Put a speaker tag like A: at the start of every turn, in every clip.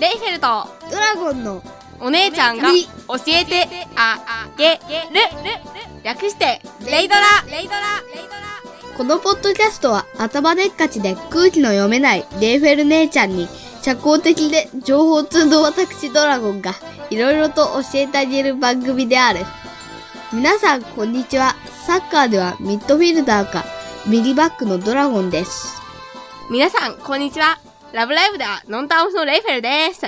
A: レイフェルト
B: ドラゴンの
A: お姉ちゃんが
B: み
A: 教えてあげる略してレイドラレイドラレイドラ
B: このポッドキャストは頭でっかちで空気の読めないレイフェル姉ちゃんに社交的で情報通の私ドラゴンがいろいろと教えてあげる番組である。皆さんこんにちは。サッカーではミッドフィルダーかミリバックのドラゴンです。
A: 皆さんこんにちはラブライブではノンタオフのレイフェルです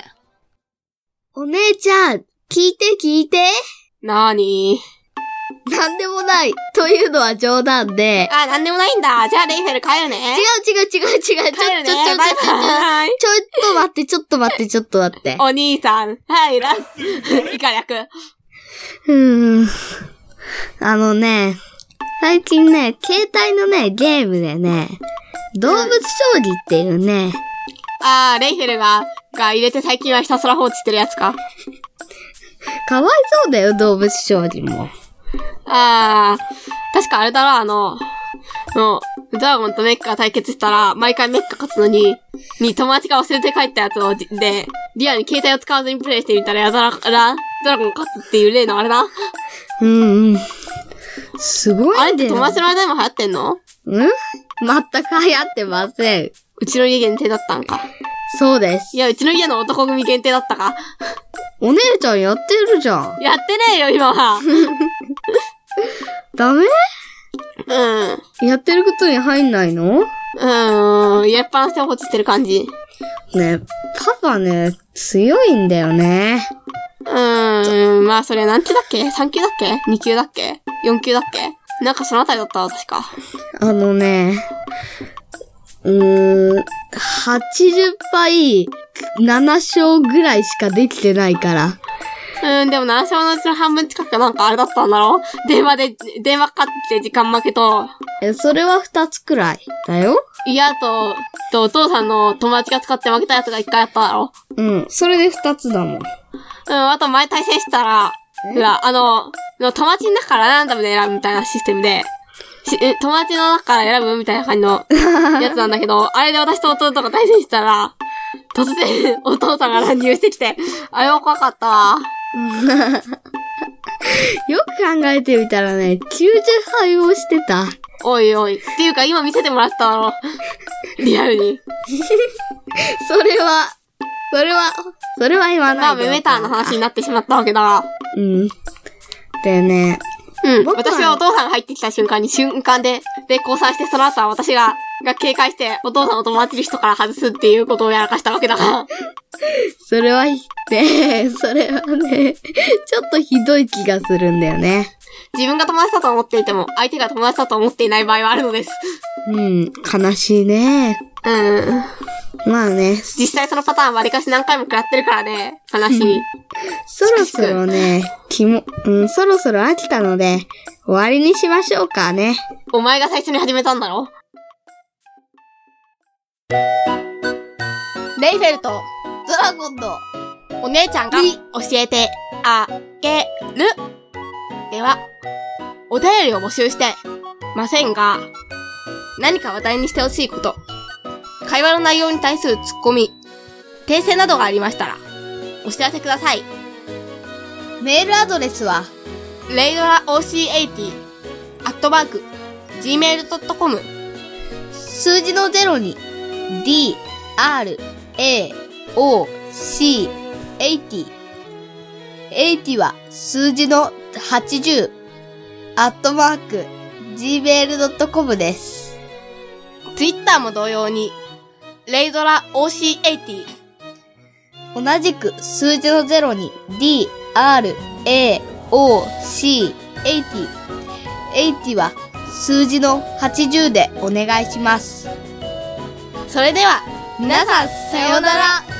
B: お姉ちゃん、聞いて聞いて。
A: なーに
B: なんでもない。というのは冗談で。
A: あ、なんでもないんだじゃあレイフェル帰るね
B: 違う違う違う違う。ちょ、ちょ、ちょ、
A: 帰る
B: ちょ、
A: ねバイバイ
B: ちょっと待って、ちょっと待って、ちょっと待って。
A: お兄さんはいラス以下略
B: うーん。あのね、最近ね、携帯のね、ゲームでね、動物将棋っていうね、
A: あー、レイフェルが、が入れて最近はひたすら放置してるやつか。
B: かわいそうだよ、動物将棋も。
A: あー、確かあれだろ、あの、の、ドラゴンとメッカが対決したら、毎回メッカ勝つのに、に友達が忘れて帰ったやつをじ、で、リアルに携帯を使わずにプレイしてみたら、やだら、らドラゴン勝つっていう例のあれだ。
B: うんうん。すご
A: あれ
B: い
A: って
B: ね。
A: 友達の間でも流行ってんの
B: うん全く流行ってません。
A: うちの家限定だったんか。
B: そうです
A: い。や、うちの家の男組限定だったか。
B: お姉ちゃんやってるじゃん。
A: やってねえよ、今は。
B: ダメ
A: うん。
B: やってることに入んないの
A: うーん、やっぱなしで放置してる感じ。
B: ね、パパね、強いんだよね。
A: うーん、まあそれ何級だっけ ?3 級だっけ ?2 級だっけ ?4 級だっけなんかそのあたりだったわ、確か。
B: あのね、うーん、80杯7勝ぐらいしかできてないから。
A: うーん、でも7勝のうちの半分近くがなんかあれだったんだろ電話で、電話かかってきて時間負けと、
B: え、それは2つくらいだよ。
A: 嫌と、とお父さんの友達が使って負けたやつが1回あっただろ
B: うん、それで2つだもん。
A: うん、あと前対戦したら、ら、あの、の友達の中からランダムで選ぶみたいなシステムで、しえ友達の中から選ぶみたいな感じのやつなんだけど、あれで私と弟が対戦したら、突然お父さんが乱入してきて、あれは怖かったわ。
B: よく考えてみたらね、90杯をしてた。
A: おいおい。っていうか今見せてもらったの。リアルに。
B: それは、それは、それは言わないで。
A: まあ、メメターの話になってしまったわけだわ。
B: うん。でね、
A: うん。
B: 僕は
A: 私はお父さんが入ってきた瞬間に瞬間で、で、降参して、その後は私が、が警戒して、お父さんを友達リストから外すっていうことをやらかしたわけだ から。
B: それはひ、ね、 それはね、ちょっとひどい気がするんだよね。
A: 自分が友達だと思っていても、相手が友達だと思っていない場合はあるのです。
B: うん、悲しいね。
A: うん。
B: まあね、
A: 実際そのパターンはりかし何回も食らってるからね。悲しい。
B: そろそろね、きも、うん、そろそろ飽きたので、終わりにしましょうかね。
A: お前が最初に始めたんだろレイフェルト、
B: ドラゴンの、
A: お姉ちゃんが
B: み
A: 教えてあげる。では、お便りを募集してませんが、何か話題にしてほしいこと、会話の内容に対するツッコミ、訂正などがありましたら、お知らせください。
B: メールアドレスは、
A: レイドラ OC80、アットマーク、gmail.com、
B: 数字の0に、d, r, a, o, c, 80。80は数字の80、アットマーク、gmail.com です。
A: Twitter も同様に、レイドラ OC80、
B: 同じく数字の0に D, R, A, O, C, 80。80は数字の80でお願いします。
A: それでは、
B: 皆さん、さようなら